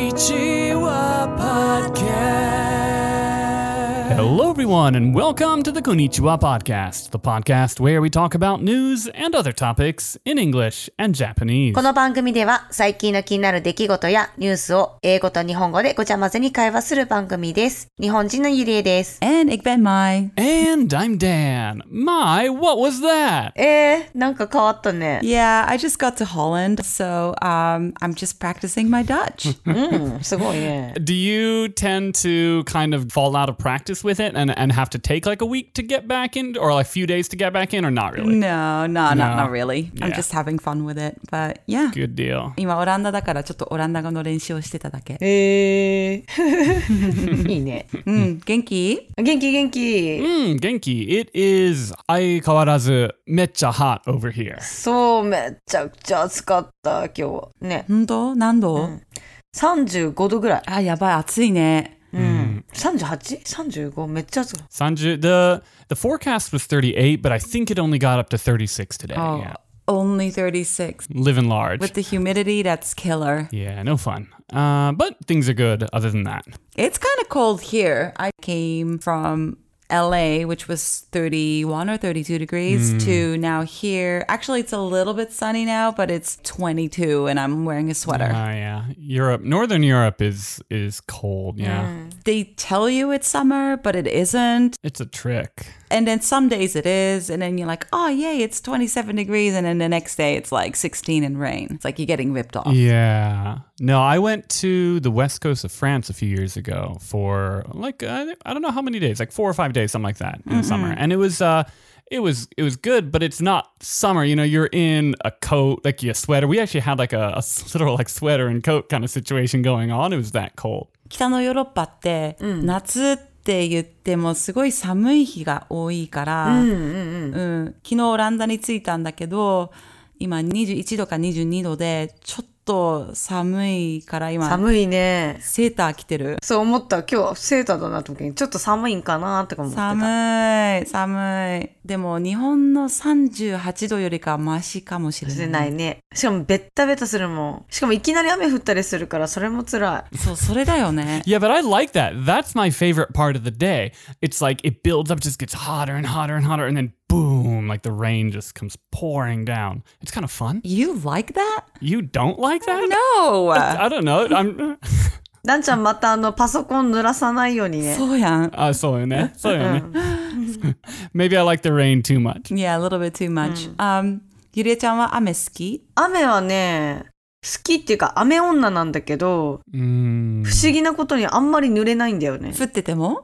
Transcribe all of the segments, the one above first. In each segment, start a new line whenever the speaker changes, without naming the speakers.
Konnichiwa Podcast.
Hello, everyone, and welcome to the Konnichiwa Podcast, the podcast where we talk about news and other topics in English and Japanese.
この番組では最近の気になる出来事やニュースを英語と日本語でごちゃ混ぜに会話する番組です。日本人のゆりえです。
And ik ben Mai.
And I'm Dan. My, what was that?
えー、なんか変わったね。
Yeah, I just got to Holland, so um, I'm just practicing my Dutch.
うん、すごいね。
Do you tend to kind of fall out of practice with it and, and have to take like a week to get back in, or like a few days to get back in, or not really?
no, no, no,
No.
not really. I'm
Yeah.
just having fun with it. But yeah.
Good deal.
今オランダだからちょっとオランダ語の練習をしてただけ。
えー、 いいね。
うん、元気
元気元気。
Mm, Genki, it is aikawarazu mecha hot over here.
そう、めっちゃくちゃ暑かった、今日は。ね。
本当何度、
35度ぐらい。
あ、やばい、暑いね。
うん。38?35? めっちゃ暑い。
Sanju, the the forecast was 38, but I think it only got up to 36 today.
Oh,
Yeah.
only 36.
Living large.
With the humidity, that's killer.
Yeah, no fun. Uh, but things are good other than that.
It's kind of cold here. I came from LA, which was 31 or 32 degrees, to now here. Actually, it's a little bit sunny now, but it's 22, and I'm wearing a
Oh,
sweater.
yeah. Europe, Northern Europe is is cold. Yeah.
They tell you it's summer, but it isn't.
It's a trick.
And then some days it is, and then you're like, oh, yay, it's 27 degrees. And then the next day it's like 16 and rain. It's like you're getting ripped off.
Yeah. No, I went to the west coast of France a few years ago for like I, I don't know how many days, like 4 or 5 days, something like that in the summer. And it was uh it was it was good, but it's not summer. You know, you're in a coat, like your sweater. We actually had like a, a literal like sweater and coat kind of situation going on. It was that cold.
北のヨーロッパって、夏って言ってもすごい寒い日が多いから、うん昨日オランダに着いたんだけど今21度か22度でちょっと寒いから今
寒いね。
セーター着てる
そう思った。今日はセーターだなと思った時に、ちょっと寒いんかなとか思ってた。
寒い寒いでも日本の38度よりかはマシかもしれ
し
な
れ
い
ないね。しかもベッタベタするもん。しかもいきなり雨降ったりするからそれも辛い。
そうそれだよ ね
Yeah, but I like that. That's my favorite part of the day. It's like it builds up, just gets hotter and hotter and hotter, and then boom, like the rain just comes pouring down. It's kind of fun.
You like that?
You don't like that?
No!
I don't know. I'm.
ランちゃんまたあのパソコン濡らさないようにね。
そうやん
Uh, so, Maybe I like the rain too much.
Yeah, a little bit too much、um, ゆりえちゃんは雨好き
雨はね、好きっていうか雨女なんだけど、
Mm.
不思議なことにあんまり濡れないんだよね。
降ってても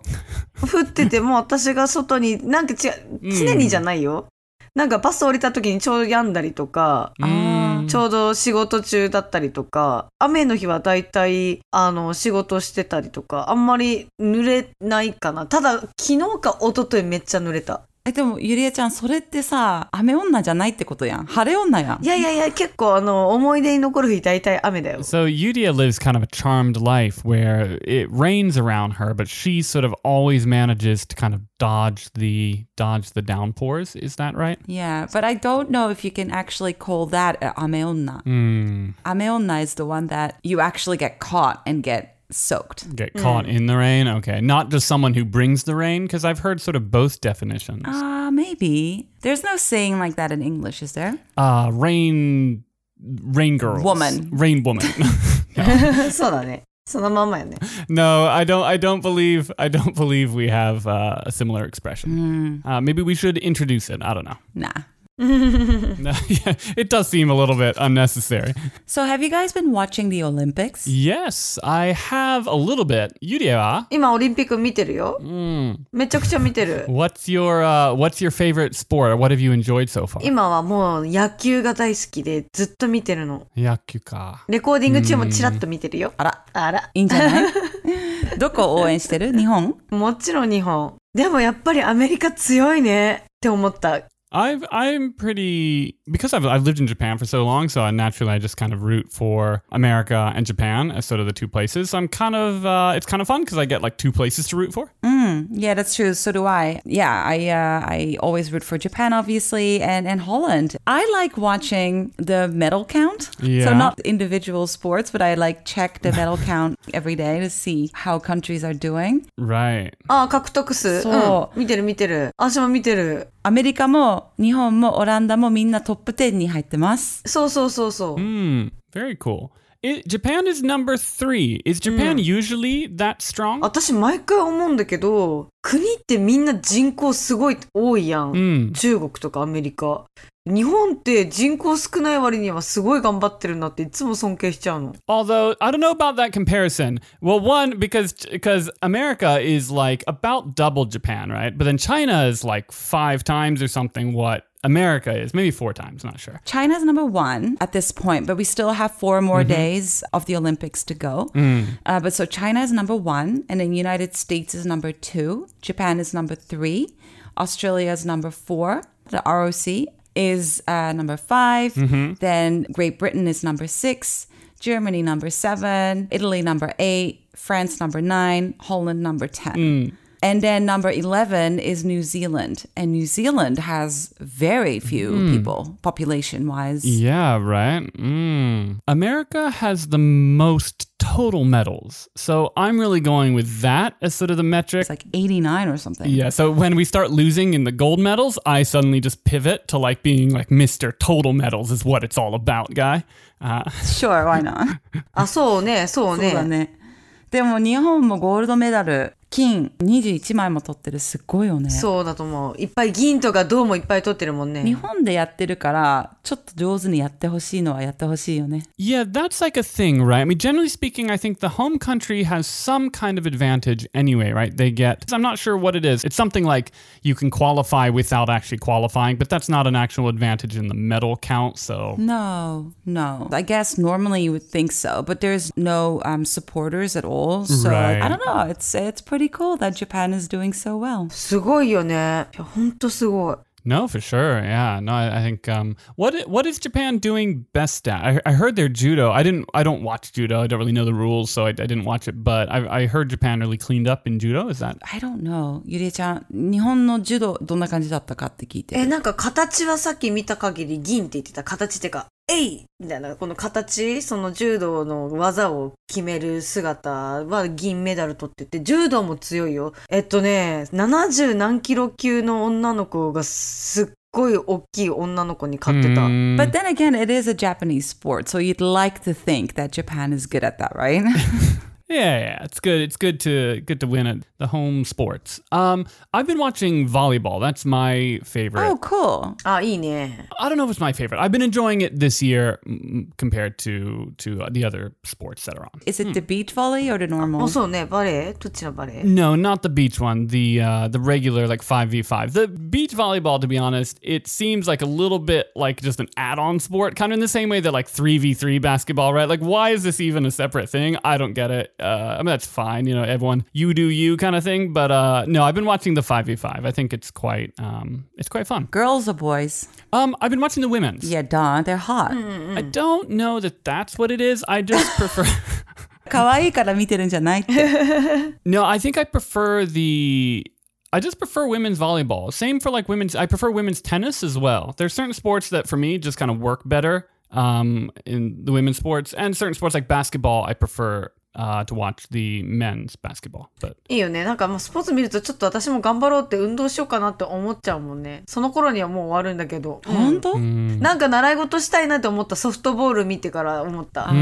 降ってて も私が外に、なんか違う、常にじゃないよ。なんかバス降りた時にちょうど病んだりとか、
あー
Mm.
ちょうど仕事中だったりとか、雨の日はだいたいあの仕事してたりとか、あんまり濡れないかな。ただ昨日か一昨日めっちゃ濡れた。
えでもゆりえちゃんそれってさ雨女じゃないってことやん晴れ女やん
いやいやいや、結構あの思い出に残る日だいたい雨 だよ。
So Yudia lives kind of a charmed life where it rains around her, but she sort of always manages to kind of dodge the dodge the downpours. Is that right?
Yeah, but I don't know if you can actually call that a ameonna.
Mm.
Ameonna is the one that you actually get caught and get soaked.
Get caught in the rain? Okay. Not just someone who brings the rain, because I've heard sort of both definitions.
Ah, maybe. There's no saying like that in English, is there?
Uh, rain. Rain girls.
Woman.
Rain woman.
そうだね。そのまんまよね。
no, I don't. I don't believe. I don't believe we have uh, a similar
Mm.
expression. Uh, maybe we should introduce it. I don't know.
Nah.
No, yeah, it does seem a little bit unnecessary.
So, have you guys been watching the Olympics?
Yes, I have a little bit. Yuria,
今オリンピック見てるよ。めちゃくちゃ見てる。
what's your uh, what's your favorite sport? Or what have you enjoyed so far?
今はもう野球が大好きでずっと見てるの。
Yakuka.
レコーディング中もチラッと見てるよ。
あら、
あら。
いいんじゃない どこを応援してる日本
もちろん日本。でもやっぱりアメリカ強いねって思った。
I've I'm pretty because I've I've lived in Japan for so long, so I naturally I just kind of root for America and Japan as sort of the two places. So I'm kind of uh, it's kind of fun because I get like two places to root for.
うん Mm, Yeah, that's true. So do I. Yeah, I uh, I always root for Japan, obviously, and and Holland. I like watching the medal count. So
Yeah.
not individual sports, but I like check the medal count every day to see how countries are doing.
Right.
ああ、獲得数。
そう
うん見てる見てる。私も見てる。
アメリカも日本もオランダもみんなトップ10に入ってます。
そうそうそうそう。
Hmm. Very cool. It, Japan is number three. Is Japan usually that strong?
私毎回思うんだけど、国ってみんな人口すごい多いやん。
Mm.
中国とかアメリカ。日本って人口少ない割にはすごい頑張ってるなっていつも尊敬しちゃうの。
Although I don't know about that comparison. Well, one because because America is like about double Japan, right? But then China is like five times or something what America is, maybe four times. Not sure.
China's number one at this point, but we still have four more days of the Olympics to go. Uh, but so China is number one, and then United States is number two, Japan is number three, Australia is number four, the ROC is uh, number 5 then Great Britain is number six, Germany number seven, Italy number eight, France number nine, Holland number 10.
Hmm.
And then number 11 is New Zealand. And New Zealand has very few people, population wise.
Hmm. Yeah, right. Mm. America has the most total medals, so I'm really going with that as sort of the metric.
It's like 89 or something.
Yeah, so when we start losing in the gold medals, I suddenly just pivot to like being like Mr. Total Medals is what it's all about, guy. Uh,
Sure, why not?
あ、そうね、そう
そうだ
ね。
ね。でも日本もゴールドメダル、金21枚も取ってる、すっごいよね。
そうだと思う。いっぱい銀とか銅もいっぱい取ってるもん
日
ね。
本でやってるから、ちょっと上手にやってほしいのはやってほしいよね。
yeah, that's like a thing, right? I mean, generally speaking, I think the home country has some kind of advantage anyway, right? They get, I'm not sure what it is. It's something like you can qualify without actually qualifying, but that's not an actual advantage in the medal count, so.
No, no. I guess normally you would think so, but there's no um, supporters at all. So like, I
Right.
don't know. It's it's pretty cool that Japan is doing so well.
すごいよね。いや、ほんとすごい。
No, for sure. Yeah, no, I, I think um, what i- what is Japan doing best at? I, I heard their judo. I didn't. I don't watch judo. I don't really know the rules, so I, I didn't watch it. But I, I heard Japan really cleaned up in judo. Is that
I don't know. ゆりえちゃん、日本の柔道どんな感じだったかって聞い
え、
て。
なんか形はさっき見た限り銀って言ってた形ってか、えいみたいな、この形、その柔道の技を決める姿は銀メダル取ってて、柔道も強いよ。えっとね、70何キロ級の女の子がすっごい大きい女の子に勝ってた。
Mm,
But then again, it is a Japanese sport, so you'd like to think that Japan is good at that, right?
yeah, yeah, it's good. It's good to good to win at the home sports. Um, I've been watching volleyball. That's my favorite.
oh, cool.
あ、いいね。
I don't know if it's my favorite. I've been enjoying it this year mm, compared to to uh, the other sports that are on.
Is it the beach volley or the
あ、
normal?
そうね、バレーどっちのバレー
No, not the beach one. The uh, the regular like five v five. The beach volleyball, to be honest, it seems like a little bit like just an add-on sport, kind of in the same way that like three v three basketball, right? Like, why is this even a separate thing? I don't get it. Uh, I mean, that's fine, you know, everyone you do you kind of thing. But uh, no, I've been watching the five v five. I think it's quite um, it's quite fun.
Girls or boys?
Um, I've been watching the women's.
Yeah, duh, they're hot.
I don't know that that's what it is. I just prefer.
可愛いから見てるんじゃないって。
No, I think I prefer the. I just prefer women's volleyball. Same for like women's. I prefer women's tennis as well. There's certain sports that for me just kind of work better um, in the women's sports, and certain sports like basketball, I prefer uh, to watch the men's basketball. But
いいよね。なんかまあスポーツ見るとちょっと私も頑張ろうって運動しようかなって思っちゃうもんね。その頃にはもう終わるんだけど。
本当
なんか習い事したいなって思ったソフトボール見てから思った。
あ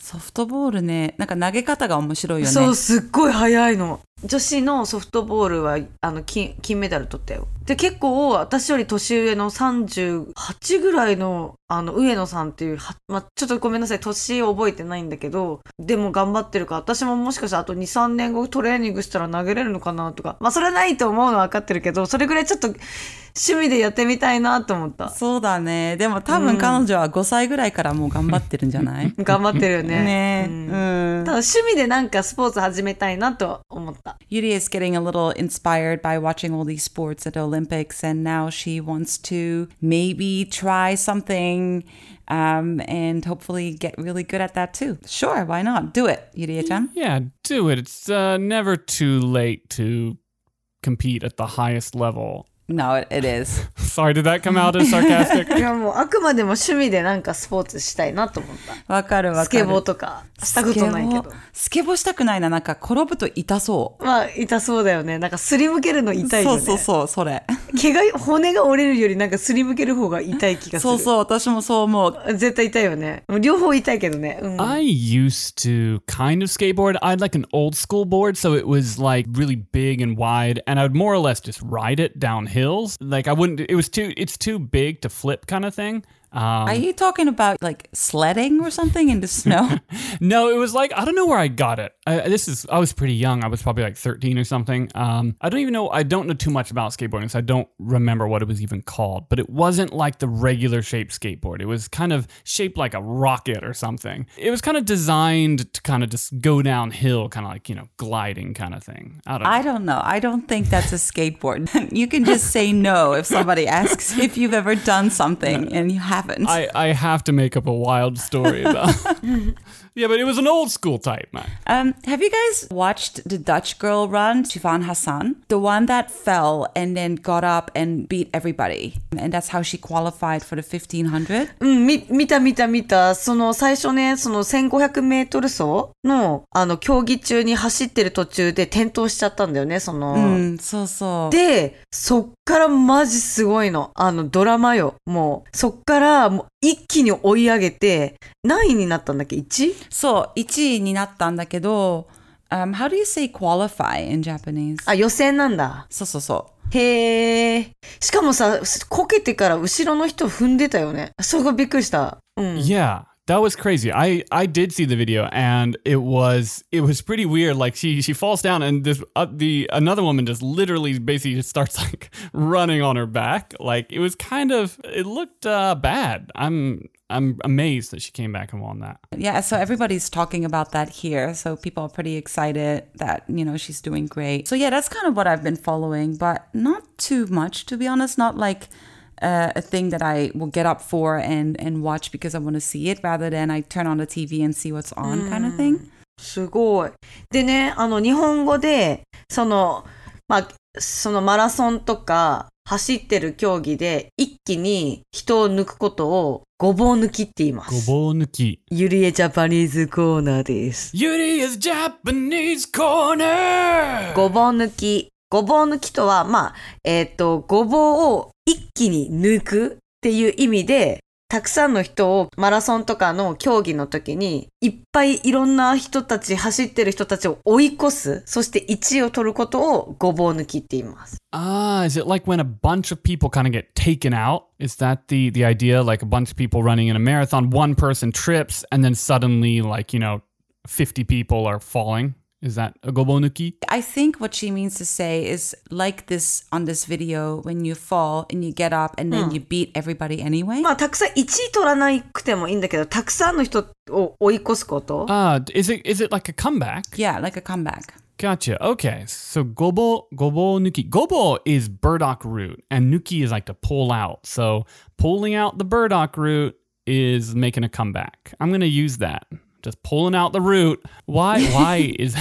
ーソフトボールね。なんか投げ方が面白いよね。
そう、すっごい早いの。女子のソフトボールはあの金金メダル取ったよ。で、結構私より年上の38ぐらいのあの上野さんっていうは、まあ、ちょっとごめんなさい、年覚えてないんだけど、でも頑張ってるから、私ももしかしたらあと2、3年後トレーニングしたら投げれるのかなとか、まあそれはないと思うのは分かってるけど、それぐらいちょっと趣味でやってみたいなと思った。
そうだね。でも多分彼女は5歳ぐらいからもう頑張ってるんじゃない
頑張ってるよ ね。
ね
うん
うん
ただ趣味でなんかスポーツ始めたいなと思った。
Yuri is getting a little inspired by watching all these sports at the Olympics, and now she wants to maybe try something um, and hopefully get really good at that too. Sure, why not? Do it, Yurie chan.
Yeah, do it. It's uh, never too late to compete at the highest level.
No, it, it is.
Sorry, did that come out as sarcastic?
いやもうあくまでも趣味でなんかスポーツしたいなと思った
わかるわかる。
スケボーとかしたことないけ
スケボ
ど
ー。スケボーしたくないな。なんか転ぶと痛そう。
まあ痛そうだよねなんかすりむけるの痛いよね
そうそうそう、それ。
毛が骨が折れるよりなんかすりむける方が痛い気がする
そうそう、私もそう思う。
絶対痛いよね両方痛いけどね、うん、
I used to kind of skateboard. I'd like an old school board, so it was like really big and wide, and I would more or less just ride it down hills. Like I wouldn't. It was too. It's too big to flip, kind of thing. Um,
Are you talking about like sledding or something in the snow?
no, it was like I don't know where I got it. I, this is I was pretty young. I was probably like 13 or something. Um, I don't even know. I don't know too much about skateboarding, so I don't remember what it was even called. But it wasn't like the regular shaped skateboard. It was kind of shaped like a rocket or something. It was kind of designed to kind of just go downhill, kind of like you know gliding kind of thing. I don't. know.
I don't know. I don't think that's a skateboard. you can just say no if somebody asks if you've ever done something and you haven't.
I, I have to make up a wild story about. yeah, but it was an old school type. man.
Um, have you guys watched the Dutch girl run, Sivan Hassan? The one that fell and then got up and beat everybody. And that's how she qualified for the 1500.
うん、み見た見た見たその最初ねその 1500m 走のあの競技中に走ってる途中で転倒しちゃったんだよねその、
Mm, so so.
でそっからマジすごいのあのドラマよもうそっからもう一気に追い上げて何位になったんだっけ 1?
そう、1位になったんだけど、um, how do you say qualify in Japanese?
あ予選なんだ
そうそうそう。
へえ。しかもさ、こけてから後ろの人踏んでたよね。そこびっくりした。うん。
Yeah, that was crazy. I I did see the video, and it was it was pretty weird. Like she she falls down, and this uh, the another woman just literally basically just starts like running on her back. Like it was kind of it looked uh, bad. I'm I'm amazed that she came back and won that.
Yeah, so everybody's talking about that here. So people are pretty excited that, you know, she's doing great. So yeah, that's kind of what I've been following, but not too much to be honest, not like uh, a thing that I will get up for and and watch because I want to see it rather than I turn on the TV and see what's on kind of thing.
すごい。でね、あの、日本語で、その、まあ、そのマラソンとか、走ってる競技で、一気に人を抜くことを、ごぼう抜きって言います。
Gobonuki.
ゆりえジャパニーズコーナーです。
Yuri is Japanese corner.
ごぼう抜き。ごぼう抜きとは、まあ、えっ、と、ごぼうを一気に抜くっていう意味で、たくさんの人をマラソンとかの競技の時に、いっぱいいろんな人たち、走ってる人たちを追い越す、そして1位を取ることをごぼう抜きって言います。
Ah, is it like when a bunch of people kind of get taken out? Is that the the idea? Like a bunch of people running in a marathon, one person trips, and then suddenly, like you know, fifty people are falling. Is that a gobonuki?
I think what she means to say is like this on this video when you fall and you get up and then you beat everybody anyway.
まあ、たくさん1位取らなくてもいいんだけど、たくさんの人を追い越すこと。
Ah, is it is it like a comeback?
Yeah, like a comeback.
Gotcha. Okay, so gobo gobonuki. Gobo is burdock root, and nuki is like to pull out. So pulling out the burdock root is making a comeback. I'm gonna use that. Just pulling out the root. Why? Why is?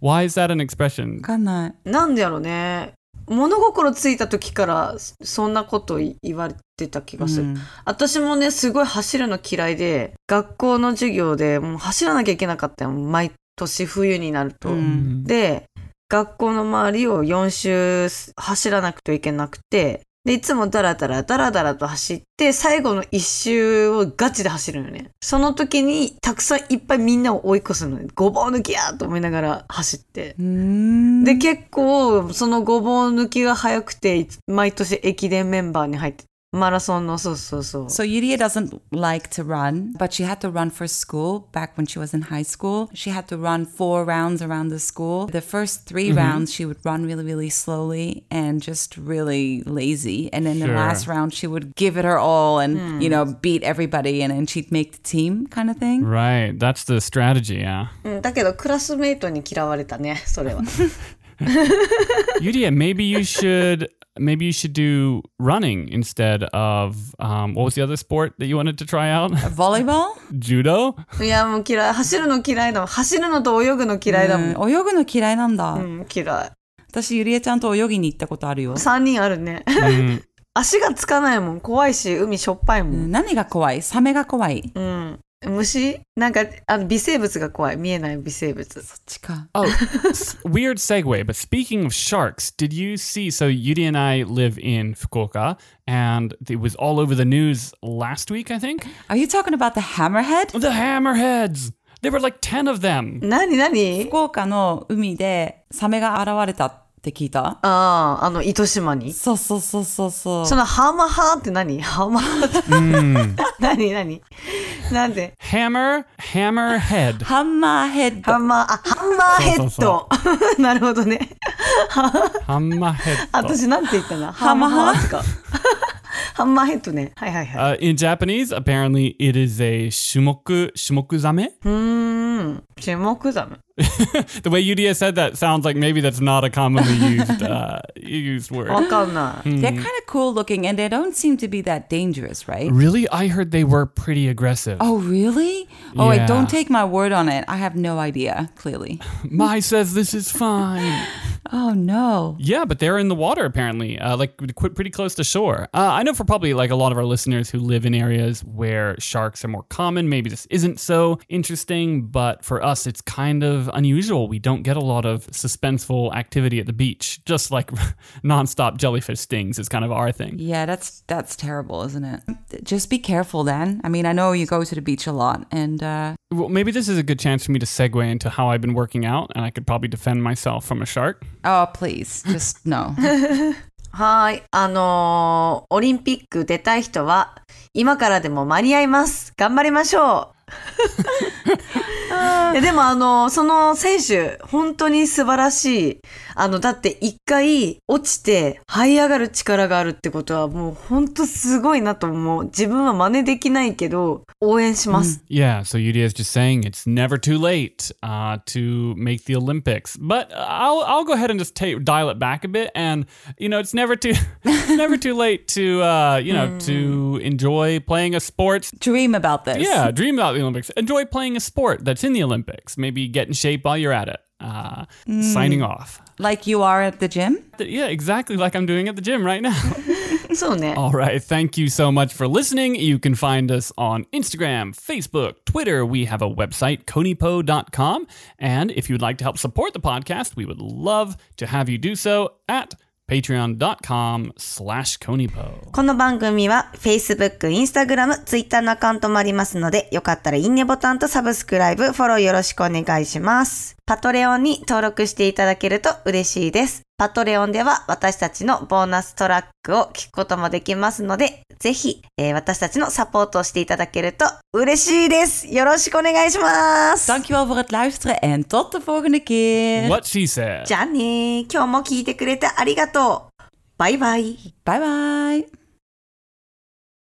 Why is that an expression?
わかんない。
なんでやろうね。物心ついた時からそそんなことい言われてた気がする、
Hmm.
私もね、すごい走るの嫌いで、学校の授業でもう走らなきゃいけなかったよ。毎年冬になると。
Mm-hmm.
で、学校の周りを4周す走らなくてはいけなくて、で、いつもダラダラダラダラと走って、最後の1周をガチで走るのよね。その時に、たくさんいっぱいみんなを追い越すのね。ごぼう抜きやと思いながら走って。で、結構、そのごぼう抜きが早くて、毎年駅伝メンバーに入って、マラソンの、そうそうそう。
So Yuria doesn't like to run, but she had to run for school back when she was in high school. She had to run four rounds around the school. The first 3 rounds she would run really, really slowly and just really lazy. And then the
Sure.
last round she would give it her all and you know beat everybody and then she'd make the team kind of thing.
Right, that's the strategy. Yeah,
うん、だけど、クラス メイトに嫌われたね、それは。
Yuria, maybe you should maybe you should do running instead of um, what was the other sport that you wanted to try out?
Volleyball?
Judo?
いやもう嫌い走るの嫌いだもん走るのと泳ぐの嫌いだもん、
うん泳ぐの嫌いなんだ。
うん嫌い
私、ゆりえちゃんと泳ぎに行ったことあるよ。
3人あるね
Mm,
足がつかないもん怖いし海しょっぱいも
うん
ん、
何が怖いサメが怖い。
うん、虫なんかあの微生物が怖い見えない微生物
そっちか。
oh, s- weird segue. But speaking of sharks, did you see? So Yuri and I live in Fukuoka, and it was all over the news last week. I think
Are you talking about the hammerhead?
the hammerheads. There were like ten of them.
何何
福岡の海でサメが現れたって聞いた
あああの糸島に
そうそうそうそうそう。
そのハマハーって何ハマハーって 何何なんで
Hammer, hammerhead.
ハンマーヘッド
ハ。ンマー、あ、ハンマーヘッド。
そ
なるほどね。
hammerhead.
私なんて言ったな。
ハンマー
ーってか。 ハンマーヘッドね。はいはいはい。
Uh, in Japanese, apparently it is a shumoku shumokuzame.
うーん。樹木ザメ。
The way Yudia said that sounds like maybe that's not a commonly used uh, used word.
わかんない。
They're kind of cool looking and they don't seem to be that dangerous, right?
Really, I heard they were pretty aggressive.
Oh, really? Oh,
Yeah.
wait, don't take my word on it. I have no idea, clearly.
Mai says this is fine.
Oh, no.
yeah, but they're in the water apparently, uh, like qu- pretty close to shore. Uh, I know for probably like a lot of our listeners who live in areas where sharks are more common, maybe this isn't so interesting, but for us, it's kind of unusual. We don't get a lot of suspenseful activity at the beach, just like nonstop jellyfish stings is kind of our thing.
Yeah, that's that's terrible, isn't it? Just be careful then. I mean, I know you go to the beach a lot and uh
Well, maybe this is a good chance for me to segue into how I've been working out, and I could probably defend myself from a shark.
oh, please, just no.
はーい。あのーオリンピック出たい人は、今からでも間に合います。頑張りましょう。いやでもあのーその選手、本当に素晴らしい。あの、だって一回落ちて這い上がる力があるってことは、もう本当すごいなと思う。自分は真似できないけど、応援します。
Yeah, so Yudi is just saying it's never too late uh, to make the Olympics. But I'll I'll go ahead and just ta dial it back a bit, and you know it's never too it's never too late to uh, you know to enjoy playing a sport.
Dream about this.
Yeah, dream about the Olympics. Enjoy playing a sport that's in the Olympics. Maybe get in shape while you're at it. Uh, Signing off.
Like you are at the gym?
Yeah, exactly like I'm doing at the gym right now.
そうね。
All right. Thank you so much for listening. You can find us on Instagram, Facebook, Twitter. We have a website, conipo.com. And if you'd like to help support the podcast, we would love to have you do so at patreon.com slash conipo.
この番組は Facebook、Instagram、Twitter のアカウントもありますので、よかったらいいねボタンとサブスクライブ、フォローよろしくお願いします。パトレオンに登録していただけると嬉しいです。パトレオンでは私たちのボーナストラックを聞くこともできますので、ぜひ、えー私たちのサポートをしていただけると嬉しいです。よろしくお願いします。
Dankjewel voor het luisteren en tot de volgende keer.
What she said.
じゃあねー今日も聞いてくれてありがとう。バイバイ。
Bye bye.